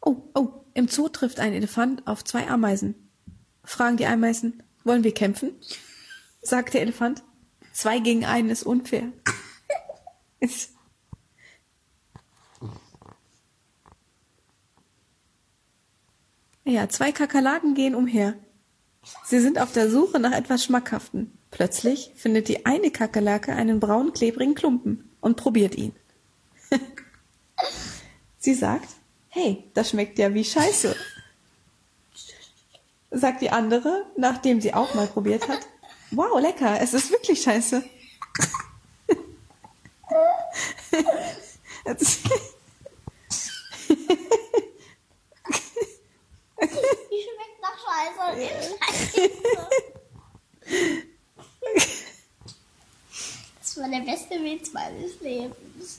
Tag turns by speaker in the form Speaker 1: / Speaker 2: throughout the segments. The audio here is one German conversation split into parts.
Speaker 1: Oh, oh, im Zoo trifft ein Elefant auf zwei Ameisen. Fragen die Ameisen, wollen wir kämpfen? Sagt der Elefant, zwei gegen einen ist unfair. Ist- ja, zwei Kakerlaken gehen umher. Sie sind auf der Suche nach etwas Schmackhaftem. Plötzlich findet die eine Kakerlake einen braun klebrigen Klumpen und probiert ihn. Sie sagt, hey, das schmeckt ja wie Scheiße. Sagt die andere, nachdem sie auch mal probiert hat, wow, lecker, es ist wirklich Scheiße. Es-
Speaker 2: Die schmeckt nach Scheiße und ist Scheiße. Das war der beste Witz meines Lebens.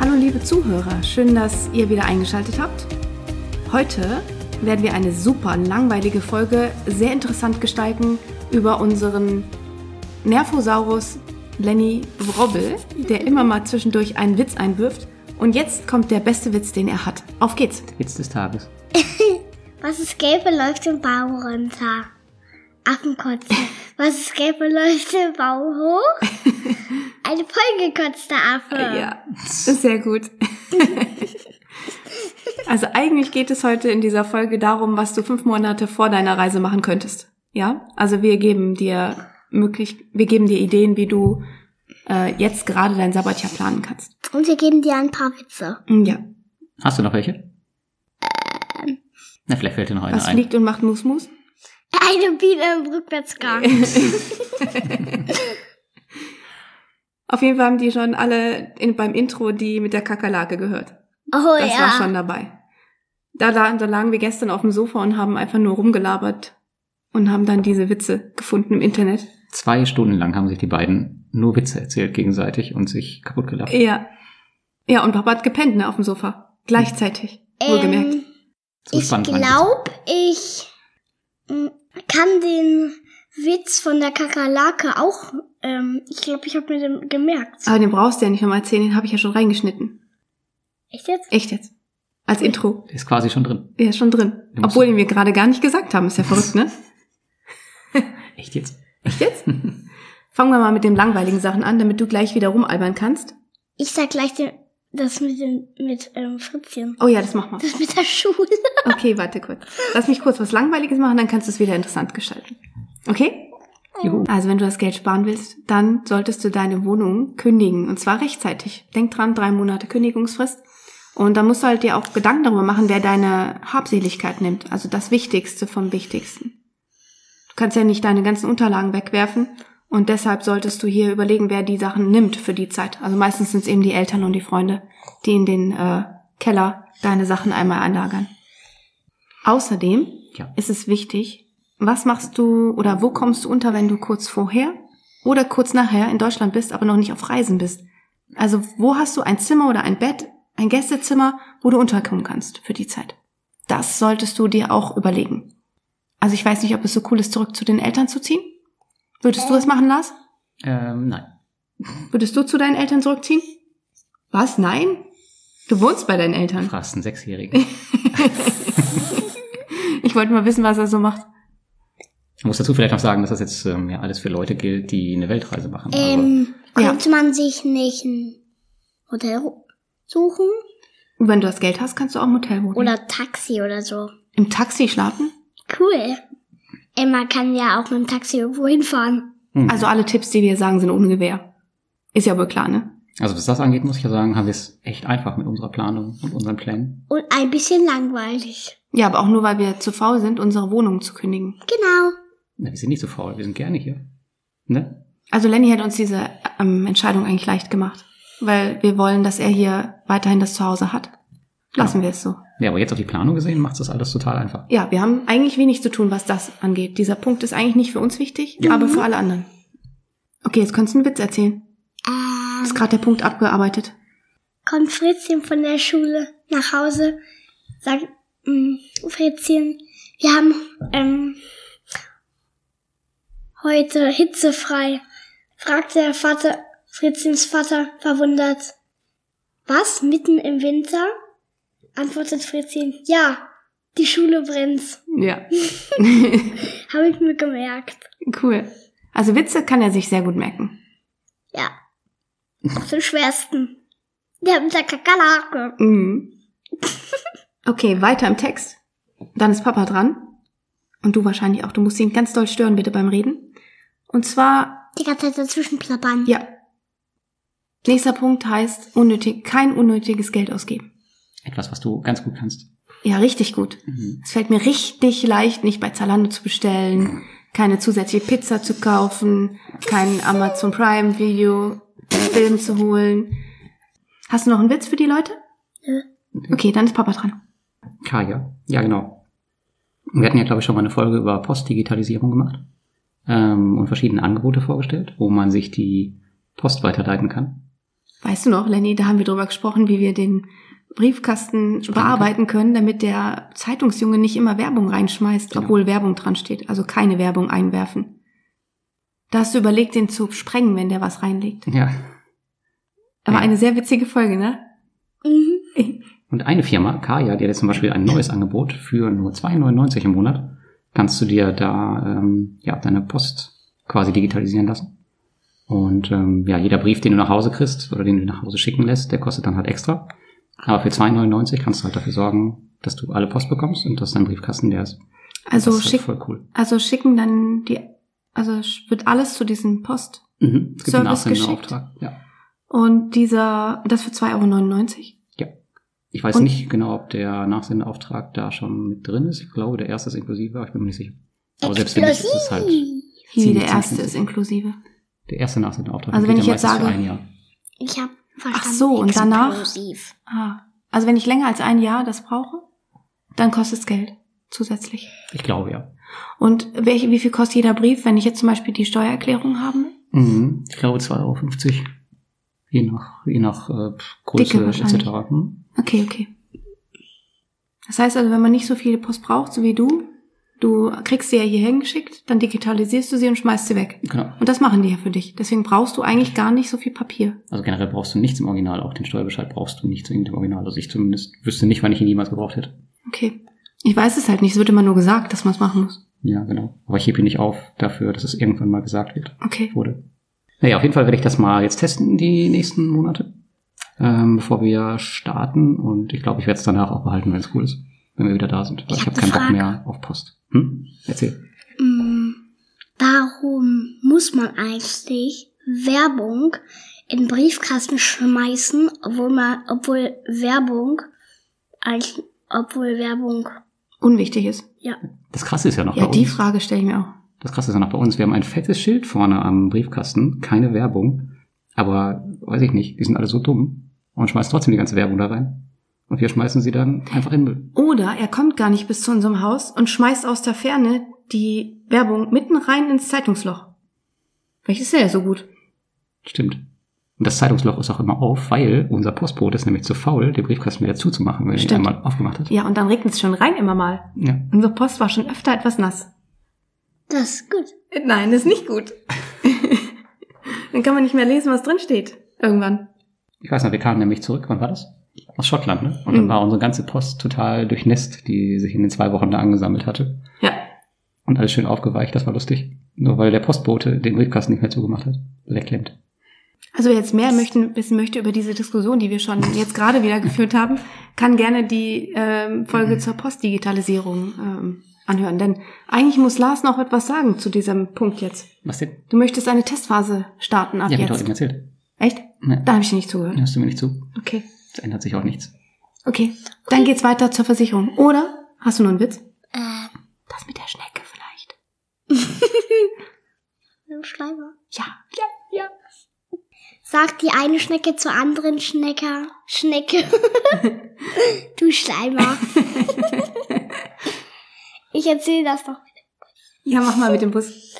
Speaker 3: Hallo liebe Zuhörer, schön, dass ihr wieder eingeschaltet habt. Heute werden wir eine super langweilige Folge sehr interessant gestalten über unseren Nervosaurus Lenny Wrobbel, der immer mal zwischendurch einen Witz einwirft. Und jetzt kommt der beste Witz, den er hat. Auf geht's!
Speaker 4: Witz des Tages.
Speaker 2: Was ist gelbe läuft im Bau runter? Affenkotze. Was ist gelbe läuft im Bau hoch? Eine vollgekotzte Affe.
Speaker 3: Ja, ist sehr gut. also eigentlich geht es heute in dieser Folge darum, was du fünf Monate vor deiner Reise machen könntest. Ja, also wir geben dir möglich, wir geben dir Ideen, wie du äh, jetzt gerade dein Sabbatjahr planen kannst. Hm,
Speaker 2: Und wir geben dir ein paar Witze.
Speaker 3: Ja,
Speaker 4: Hast du noch welche? Na, vielleicht fällt dir noch eine
Speaker 3: was
Speaker 4: ein.
Speaker 3: fliegt und macht Musmus?
Speaker 2: Eine Biene im Rückwärtsgang.
Speaker 3: Auf jeden Fall haben die schon alle in, beim Intro die mit der Kakerlake gehört.
Speaker 2: Oh
Speaker 3: Das
Speaker 2: ja.
Speaker 3: war schon dabei. Da, la- da lagen wir gestern auf dem Sofa und haben einfach nur rumgelabert und haben dann diese Witze gefunden im Internet.
Speaker 4: Zwei Stunden lang haben sich die beiden nur Witze erzählt gegenseitig und sich kaputt gelacht.
Speaker 3: Ja. Ja, und Papa hat gepennt, ne, auf dem Sofa. Gleichzeitig. Wohlgemerkt.
Speaker 2: Ähm,
Speaker 4: So
Speaker 2: ich
Speaker 4: spannend waren die Witze.
Speaker 2: glaube, ich mm, kann den Witz von der Kakerlake auch. Ähm, ich glaube, ich habe mir den gemerkt.
Speaker 3: Aber den brauchst du ja nicht nochmal erzählen, den habe ich ja schon reingeschnitten.
Speaker 2: Echt jetzt?
Speaker 3: Echt jetzt. Als Intro.
Speaker 4: Der ist quasi schon drin.
Speaker 3: Der ist schon drin.
Speaker 4: Du musst-
Speaker 3: Obwohl den wir gerade gar nicht gesagt haben, ist ja verrückt, ne?
Speaker 4: Echt jetzt?
Speaker 3: Echt jetzt? Fangen wir mal mit den langweiligen Sachen an, damit du gleich wieder rumalbern kannst.
Speaker 2: Ich sag gleich den, das mit dem mit ähm, Fritzchen.
Speaker 3: Oh ja, das mach mal.
Speaker 2: Das mit der Schule.
Speaker 3: Okay, warte kurz. Lass mich kurz was Langweiliges machen, dann kannst du es wieder interessant gestalten. Okay?
Speaker 4: Juhu.
Speaker 3: Also wenn du das Geld sparen willst, dann solltest du deine Wohnung kündigen. Und zwar rechtzeitig. Denk dran, drei Monate Kündigungsfrist. Und dann musst du halt dir auch Gedanken darüber machen, wer deine Habseligkeit nimmt. Also das Wichtigste vom Wichtigsten. Du kannst ja nicht deine ganzen Unterlagen wegwerfen. Und deshalb solltest du hier überlegen, wer die Sachen nimmt für die Zeit. Also meistens sind es eben die Eltern und die Freunde, die in den äh, Keller deine Sachen einmal einlagern. Außerdem
Speaker 4: Ja.
Speaker 3: ist es wichtig, was machst du oder wo kommst du unter, wenn du kurz vorher oder kurz nachher in Deutschland bist, aber noch nicht auf Reisen bist? Also wo hast du ein Zimmer oder ein Bett, ein Gästezimmer, wo du unterkommen kannst für die Zeit? Das solltest du dir auch überlegen. Also ich weiß nicht, ob es so cool ist, zurück zu den Eltern zu ziehen. Würdest du das machen, Lars?
Speaker 4: Ähm, nein.
Speaker 3: Würdest du zu deinen Eltern zurückziehen? Was? Nein? Du wohnst bei deinen Eltern.
Speaker 4: Fast einen Sechsjährigen.
Speaker 3: Ich wollte mal wissen, was er so macht.
Speaker 4: Ich muss dazu vielleicht noch sagen, dass das jetzt ähm, ja alles für Leute gilt, die eine Weltreise machen.
Speaker 2: ähm,
Speaker 3: Ja.
Speaker 2: könnte man sich nicht ein Hotel suchen?
Speaker 3: Und wenn du das Geld hast, kannst du auch im Hotel wohnen.
Speaker 2: Oder Taxi oder so.
Speaker 3: im Taxi schlafen.
Speaker 2: Cool. Ey, man kann ja auch mit dem Taxi irgendwo hinfahren.
Speaker 4: Aber, hm.
Speaker 3: Also alle Tipps, die wir sagen, sind ohne Gewehr. Ist ja wohl klar, ne?
Speaker 4: Also was das angeht, muss ich ja sagen, haben wir es echt einfach mit unserer Planung und unseren Plänen.
Speaker 2: Und ein bisschen langweilig.
Speaker 3: Ja, aber auch nur, weil wir zu faul sind, unsere Wohnung zu kündigen.
Speaker 2: Genau.
Speaker 4: Na, wir sind nicht so faul, wir sind gerne hier. Ne?
Speaker 3: Also Lenny hat uns diese ähm, Entscheidung eigentlich leicht gemacht, weil wir wollen, dass er hier weiterhin das Zuhause hat. Lassen wir es so.
Speaker 4: Ja, aber jetzt auf die Planung gesehen, macht das alles total einfach.
Speaker 3: Ja, wir haben eigentlich wenig zu tun, was das angeht. Dieser Punkt ist eigentlich nicht für uns wichtig, aber für alle anderen. Okay, jetzt kannst du einen Witz erzählen.
Speaker 2: Ähm,
Speaker 3: Ist gerade der Punkt abgearbeitet.
Speaker 2: kommt Fritzchen von der Schule nach Hause, sagt ähm, Fritzchen, wir haben ähm, heute hitzefrei. Fragt der Vater, Fritzchens Vater verwundert. Was? Mitten im Winter? Antwortet Fritzchen, ja, die Schule brennt.
Speaker 3: Ja.
Speaker 2: Habe ich mir gemerkt.
Speaker 3: cool. Also Witze kann er sich sehr gut merken.
Speaker 2: Ja. Zum schwersten. Der mit der Kakerlake.
Speaker 3: Mhm. Okay, weiter im Text. Dann ist Papa dran. Und du wahrscheinlich auch. Du musst ihn ganz doll stören, bitte, beim Reden. Und zwar
Speaker 2: Die ganze Zeit dazwischen plappern.
Speaker 3: Ja. Nächster Punkt heißt unnötig, kein unnötiges Geld ausgeben.
Speaker 4: Etwas, was du ganz gut kannst.
Speaker 3: Ja, richtig gut.
Speaker 4: Mhm.
Speaker 3: Es fällt mir richtig leicht, nicht bei Zalando zu bestellen, keine zusätzliche Pizza zu kaufen, kein Amazon Prime Video Film zu holen. Hast du noch einen Witz für die Leute? Okay, dann ist Papa dran.
Speaker 4: Kaya, ja genau. Wir hatten ja, glaube ich, schon mal eine Folge über Postdigitalisierung gemacht ähm, und verschiedene Angebote vorgestellt, wo man sich die Post weiterleiten kann.
Speaker 3: Weißt du noch, Lenny, da haben wir drüber gesprochen, wie wir den Briefkasten bearbeiten können, damit der Zeitungsjunge nicht immer Werbung reinschmeißt,
Speaker 4: Genau.
Speaker 3: obwohl Werbung dran steht. Also keine Werbung einwerfen. Da hast du überlegt, den zu sprengen, wenn der was reinlegt.
Speaker 4: Ja.
Speaker 3: Aber
Speaker 4: Ja.
Speaker 3: eine sehr witzige Folge, ne?
Speaker 2: Mhm.
Speaker 4: Und eine Firma, Kaya, die hat jetzt zum Beispiel ein neues Angebot für nur 2,99 im Monat. Kannst du dir da ähm, ja, deine Post quasi digitalisieren lassen. Und ähm, ja, jeder Brief, den du nach Hause kriegst oder den du nach Hause schicken lässt, der kostet dann halt extra. Aber für 2,99 kannst du halt dafür sorgen, dass du alle Post bekommst und dass dein Briefkasten leer ist.
Speaker 3: Also,
Speaker 4: das ist
Speaker 3: schick,
Speaker 4: halt voll cool.
Speaker 3: also schicken dann die, also sch- wird alles zu diesem Post.
Speaker 4: Mhm. Es gibt einen
Speaker 3: Service geschickt.
Speaker 4: Nachsendeauftrag. Ja.
Speaker 3: Und dieser, das für 2,99 Euro.
Speaker 4: Ich weiß
Speaker 3: Und-
Speaker 4: nicht genau, ob der Nachsendeauftrag da schon mit drin ist. Ich glaube, der erste ist inklusive, aber ich bin mir nicht sicher. Aber selbst wenn nicht, ist es halt
Speaker 3: Wie der
Speaker 4: Ziemlich,
Speaker 3: erste
Speaker 4: ziemlich.
Speaker 3: ist inklusive.
Speaker 4: der erste Nachsendeauftrag.
Speaker 3: Also
Speaker 4: der
Speaker 3: wenn
Speaker 4: geht
Speaker 3: ich
Speaker 4: ja
Speaker 3: jetzt
Speaker 4: meistens
Speaker 3: sage-
Speaker 4: Für ein Jahr.
Speaker 2: Ich habe verstanden.
Speaker 3: Ach so, und danach?
Speaker 2: Explosiv.
Speaker 3: Ah, also wenn ich länger als ein Jahr das brauche, dann kostet es Geld zusätzlich.
Speaker 4: Ich glaube, ja.
Speaker 3: Und welche, wie viel kostet jeder Brief, wenn ich jetzt zum Beispiel die Steuererklärung haben will?
Speaker 4: Mhm. Ich glaube 2,50 Euro. Je nach, je nach äh, Größe
Speaker 3: Dicke wahrscheinlich.
Speaker 4: etc. Hm?
Speaker 3: Okay, okay. Das heißt also, wenn man nicht so viel Post braucht, so wie du, du kriegst sie ja hier hingeschickt, dann digitalisierst du sie und schmeißt sie weg.
Speaker 4: Genau.
Speaker 3: Und das machen die ja für dich. Deswegen brauchst du eigentlich gar nicht so viel Papier.
Speaker 4: Also generell brauchst du nichts im Original. Auch den Steuerbescheid brauchst du nichts in dem Original. Also ich zumindest wüsste nicht, wann ich ihn jemals gebraucht hätte.
Speaker 3: Okay. Ich weiß es halt nicht, es wird immer nur gesagt, dass man es machen muss.
Speaker 4: Ja, genau. Aber ich hebe ihn nicht auf dafür, dass es irgendwann mal gesagt wird.
Speaker 3: Okay.
Speaker 4: wurde. Naja, auf jeden Fall werde ich das mal jetzt testen, die nächsten Monate, ähm, bevor wir starten. Und ich glaube, ich werde es danach auch behalten, wenn es cool ist, wenn wir wieder da sind. Weil
Speaker 2: Ich
Speaker 4: ich
Speaker 2: hab
Speaker 4: habe keinen
Speaker 2: eine
Speaker 4: Bock
Speaker 2: Frage.
Speaker 4: mehr auf Post. Hm? Erzähl.
Speaker 2: Mm, Warum muss man eigentlich Werbung in den Briefkasten schmeißen, obwohl man, obwohl Werbung, eigentlich, obwohl Werbung,
Speaker 3: Unwichtig ist.
Speaker 2: ja.
Speaker 4: Das Krasse ist ja noch
Speaker 3: Ja,
Speaker 4: bei
Speaker 3: die
Speaker 4: uns.
Speaker 3: Frage stelle ich mir auch.
Speaker 4: Das Krasse ist ja noch bei uns. Wir haben ein fettes Schild vorne am Briefkasten, keine Werbung. Aber weiß ich nicht, die sind alle so dumm und schmeißen trotzdem die ganze Werbung da rein. Und wir schmeißen sie dann einfach in den Müll.
Speaker 3: Oder er kommt gar nicht bis zu unserem Haus und schmeißt aus der Ferne die Werbung mitten rein ins Zeitungsloch. Vielleicht ist er ja so gut.
Speaker 4: Stimmt. Und das Zeitungsloch ist auch immer auf, weil unser Postbote ist nämlich zu faul, den Briefkasten wieder zuzumachen, wenn er ihn
Speaker 3: Stimmt.
Speaker 4: einmal aufgemacht hat.
Speaker 3: Ja, und dann regnet es schon rein immer mal.
Speaker 4: Ja.
Speaker 3: Unsere Post war schon öfter etwas nass.
Speaker 2: Das ist gut.
Speaker 3: Nein, das ist nicht gut. dann kann man nicht mehr lesen, was drin steht. Irgendwann.
Speaker 4: Ich weiß noch, wir kamen nämlich zurück, wann war das? Aus Schottland, ne? Und dann
Speaker 3: Mhm.
Speaker 4: war unsere ganze Post total durchnässt, die sich in den zwei Wochen da angesammelt hatte.
Speaker 3: Ja.
Speaker 4: Und alles schön aufgeweicht, das war lustig. Nur weil der Postbote den Briefkasten nicht mehr zugemacht hat. Lecklemmt.
Speaker 3: Also wer jetzt mehr möchten, wissen möchte über diese Diskussion, die wir schon jetzt gerade wieder geführt haben, kann gerne die ähm, Folge zur Postdigitalisierung ähm, anhören. Denn eigentlich muss Lars noch etwas sagen zu diesem Punkt jetzt.
Speaker 4: Was denn?
Speaker 3: Du möchtest eine Testphase starten ab
Speaker 4: Ja, ich hab doch
Speaker 3: jetzt.
Speaker 4: eben erzählt.
Speaker 3: Echt?
Speaker 4: Ne,
Speaker 3: Da habe ich nicht zugehört.
Speaker 4: hörst du mir nicht zu.
Speaker 3: Okay.
Speaker 4: Es ändert sich auch nichts.
Speaker 3: Okay. Dann geht's weiter zur Versicherung. Oder? Hast du noch einen Witz?
Speaker 2: Äh,
Speaker 3: Das mit der Schnecke vielleicht.
Speaker 2: Schleimer.
Speaker 3: Ja.
Speaker 2: Sagt die eine Schnecke zur anderen Schnecker. Schnecke. du Schleimer. ich erzähle das noch.
Speaker 3: Ja, mach mal mit dem Bus.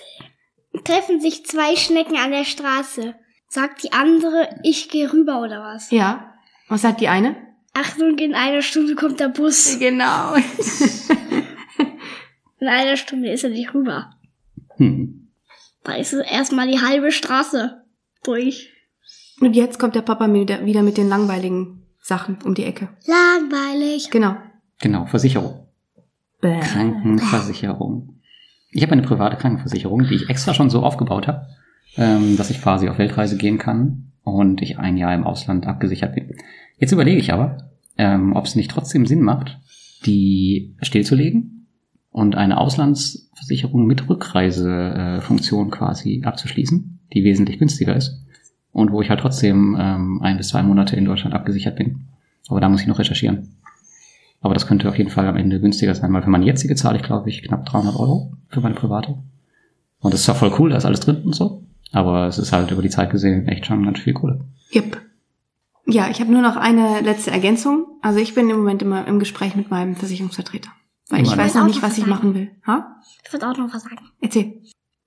Speaker 2: Treffen sich zwei Schnecken an der Straße. Sagt die andere, ich gehe rüber oder was?
Speaker 3: Ja. Was sagt die eine?
Speaker 2: Achtung, in einer Stunde kommt der Bus.
Speaker 3: Genau.
Speaker 2: In einer Stunde ist er nicht rüber.
Speaker 4: Hm.
Speaker 2: Da ist erstmal die halbe Straße durch.
Speaker 3: Und jetzt kommt der Papa mir wieder- wieder mit den langweiligen Sachen um die Ecke.
Speaker 2: Langweilig.
Speaker 3: Genau.
Speaker 4: Genau, Versicherung.
Speaker 3: Bäh.
Speaker 4: Krankenversicherung. Ich habe eine private Krankenversicherung, die ich extra schon so aufgebaut habe, ähm, dass ich quasi auf Weltreise gehen kann und ich ein Jahr im Ausland abgesichert bin. Jetzt überlege ich aber, ähm, ob es nicht trotzdem Sinn macht, die stillzulegen und eine Auslandsversicherung mit Rückreisefunktion äh, Funktion quasi abzuschließen, die wesentlich günstiger ist und wo ich halt trotzdem ähm, ein bis zwei Monate in Deutschland abgesichert bin. Aber da muss ich noch recherchieren. Aber das könnte auf jeden Fall am Ende günstiger sein, weil für meine jetzige zahle ich, glaube ich, knapp 300 Euro für meine private. Und das ist zwar voll cool, da ist alles drin und so, aber es ist halt über die Zeit gesehen echt schon ganz viel Kohle.
Speaker 3: Yep. Ja, ich habe nur noch eine letzte Ergänzung. Also ich bin im Moment immer im Gespräch mit meinem Versicherungsvertreter. Weil ich
Speaker 4: Immer
Speaker 3: weiß
Speaker 2: noch.
Speaker 3: noch nicht, was ich machen will. Ha?
Speaker 2: Ich würde auch noch was sagen.
Speaker 3: Erzähl.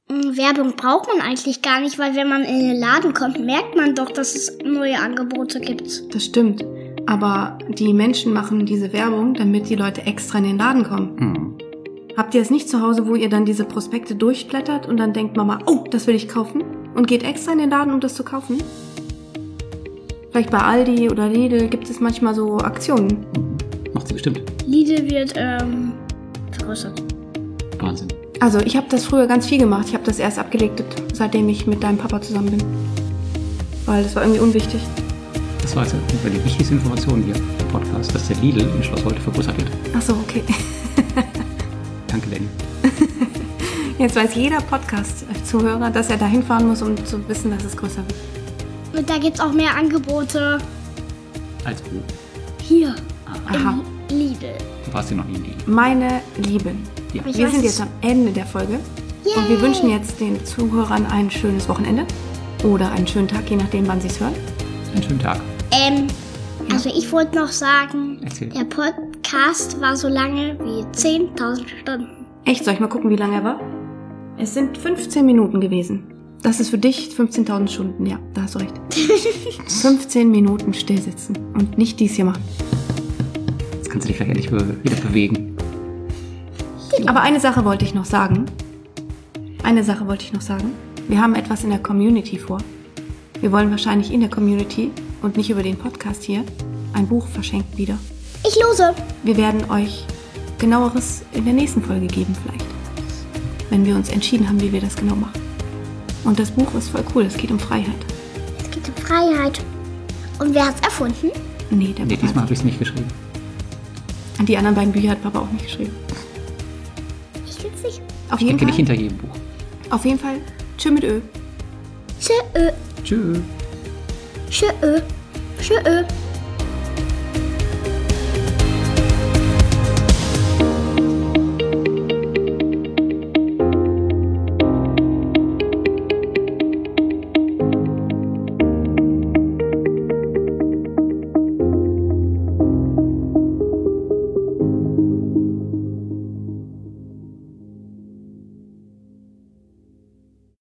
Speaker 2: Mm, Werbung braucht man eigentlich gar nicht, weil wenn man in den Laden kommt, merkt man doch, dass es neue Angebote gibt.
Speaker 3: Das stimmt. Aber die Menschen machen diese Werbung, damit die Leute extra in den Laden kommen.
Speaker 4: Hm.
Speaker 3: Habt ihr es nicht zu Hause, wo ihr dann diese Prospekte durchblättert und dann denkt Mama, oh, das will ich kaufen? Und geht extra in den Laden, um das zu kaufen? Vielleicht bei Aldi oder Lidl gibt es manchmal so Aktionen.
Speaker 4: Macht sie bestimmt.
Speaker 2: Lidl wird ähm, vergrößert.
Speaker 4: Wahnsinn.
Speaker 3: Also ich habe das früher ganz viel gemacht. Ich habe das erst abgelegt, seitdem ich mit deinem Papa zusammen bin. Weil das war irgendwie unwichtig.
Speaker 4: Das war jetzt auf jeden Fall die wichtigste Information hier im Podcast, dass der Lidl in Schloss heute vergrößert wird.
Speaker 3: Ach so, okay.
Speaker 4: Danke, Lenny.
Speaker 3: Jetzt weiß jeder Podcast-Zuhörer, dass er dahin fahren muss, um zu wissen, dass es größer wird.
Speaker 2: Und da gibt's auch mehr Angebote
Speaker 4: Als wo?
Speaker 2: hier
Speaker 3: Aha,
Speaker 2: im Lidl.
Speaker 4: Du warst ja noch nie in Lidl.
Speaker 3: meine Lieben.
Speaker 4: Ja.
Speaker 2: Ich
Speaker 3: wir
Speaker 2: weiß
Speaker 3: sind
Speaker 2: es.
Speaker 3: jetzt am Ende der Folge. Und wir wünschen jetzt den Zuhörern ein schönes Wochenende. Oder einen schönen Tag, je nachdem, wann sie es hören.
Speaker 4: Einen schönen Tag.
Speaker 2: Ähm, also ich wollte noch sagen,
Speaker 4: Erzähl.
Speaker 2: der Podcast war so lange wie 10.000 Stunden.
Speaker 3: Echt, soll ich mal gucken, wie lange er war? Es sind 15 Minuten gewesen. Das ist für dich 15.000 Stunden, ja, da hast du recht. 15 Minuten stillsitzen und nicht dies hier machen.
Speaker 4: Jetzt kannst du dich vielleicht endlich be- wieder bewegen.
Speaker 3: Aber eine Sache wollte ich noch sagen. Eine Sache wollte ich noch sagen. Wir haben etwas in der Community vor. Wir wollen wahrscheinlich in der Community und nicht über den Podcast hier ein Buch verschenkt wieder.
Speaker 2: Ich lose.
Speaker 3: Wir werden euch genaueres in der nächsten Folge geben vielleicht. Wenn wir uns entschieden haben, wie wir das genau machen. Und das Buch ist voll cool, es geht um Freiheit.
Speaker 2: Es geht um Freiheit. Und wer hat's erfunden?
Speaker 3: Nee, der
Speaker 4: Nee, diesmal
Speaker 3: Papa hat
Speaker 4: habe ich es nicht geschrieben.
Speaker 3: Und die anderen beiden Bücher hat Papa auch nicht geschrieben.
Speaker 2: Ich will's nicht.
Speaker 3: Auf
Speaker 4: Ich
Speaker 3: jeden
Speaker 4: denke nicht
Speaker 3: Fall.
Speaker 4: hinter jedem Buch.
Speaker 3: Auf jeden Fall. Tschö mit Ö.
Speaker 2: Tschö.
Speaker 4: Tschüss.
Speaker 2: Tschö. Tschö.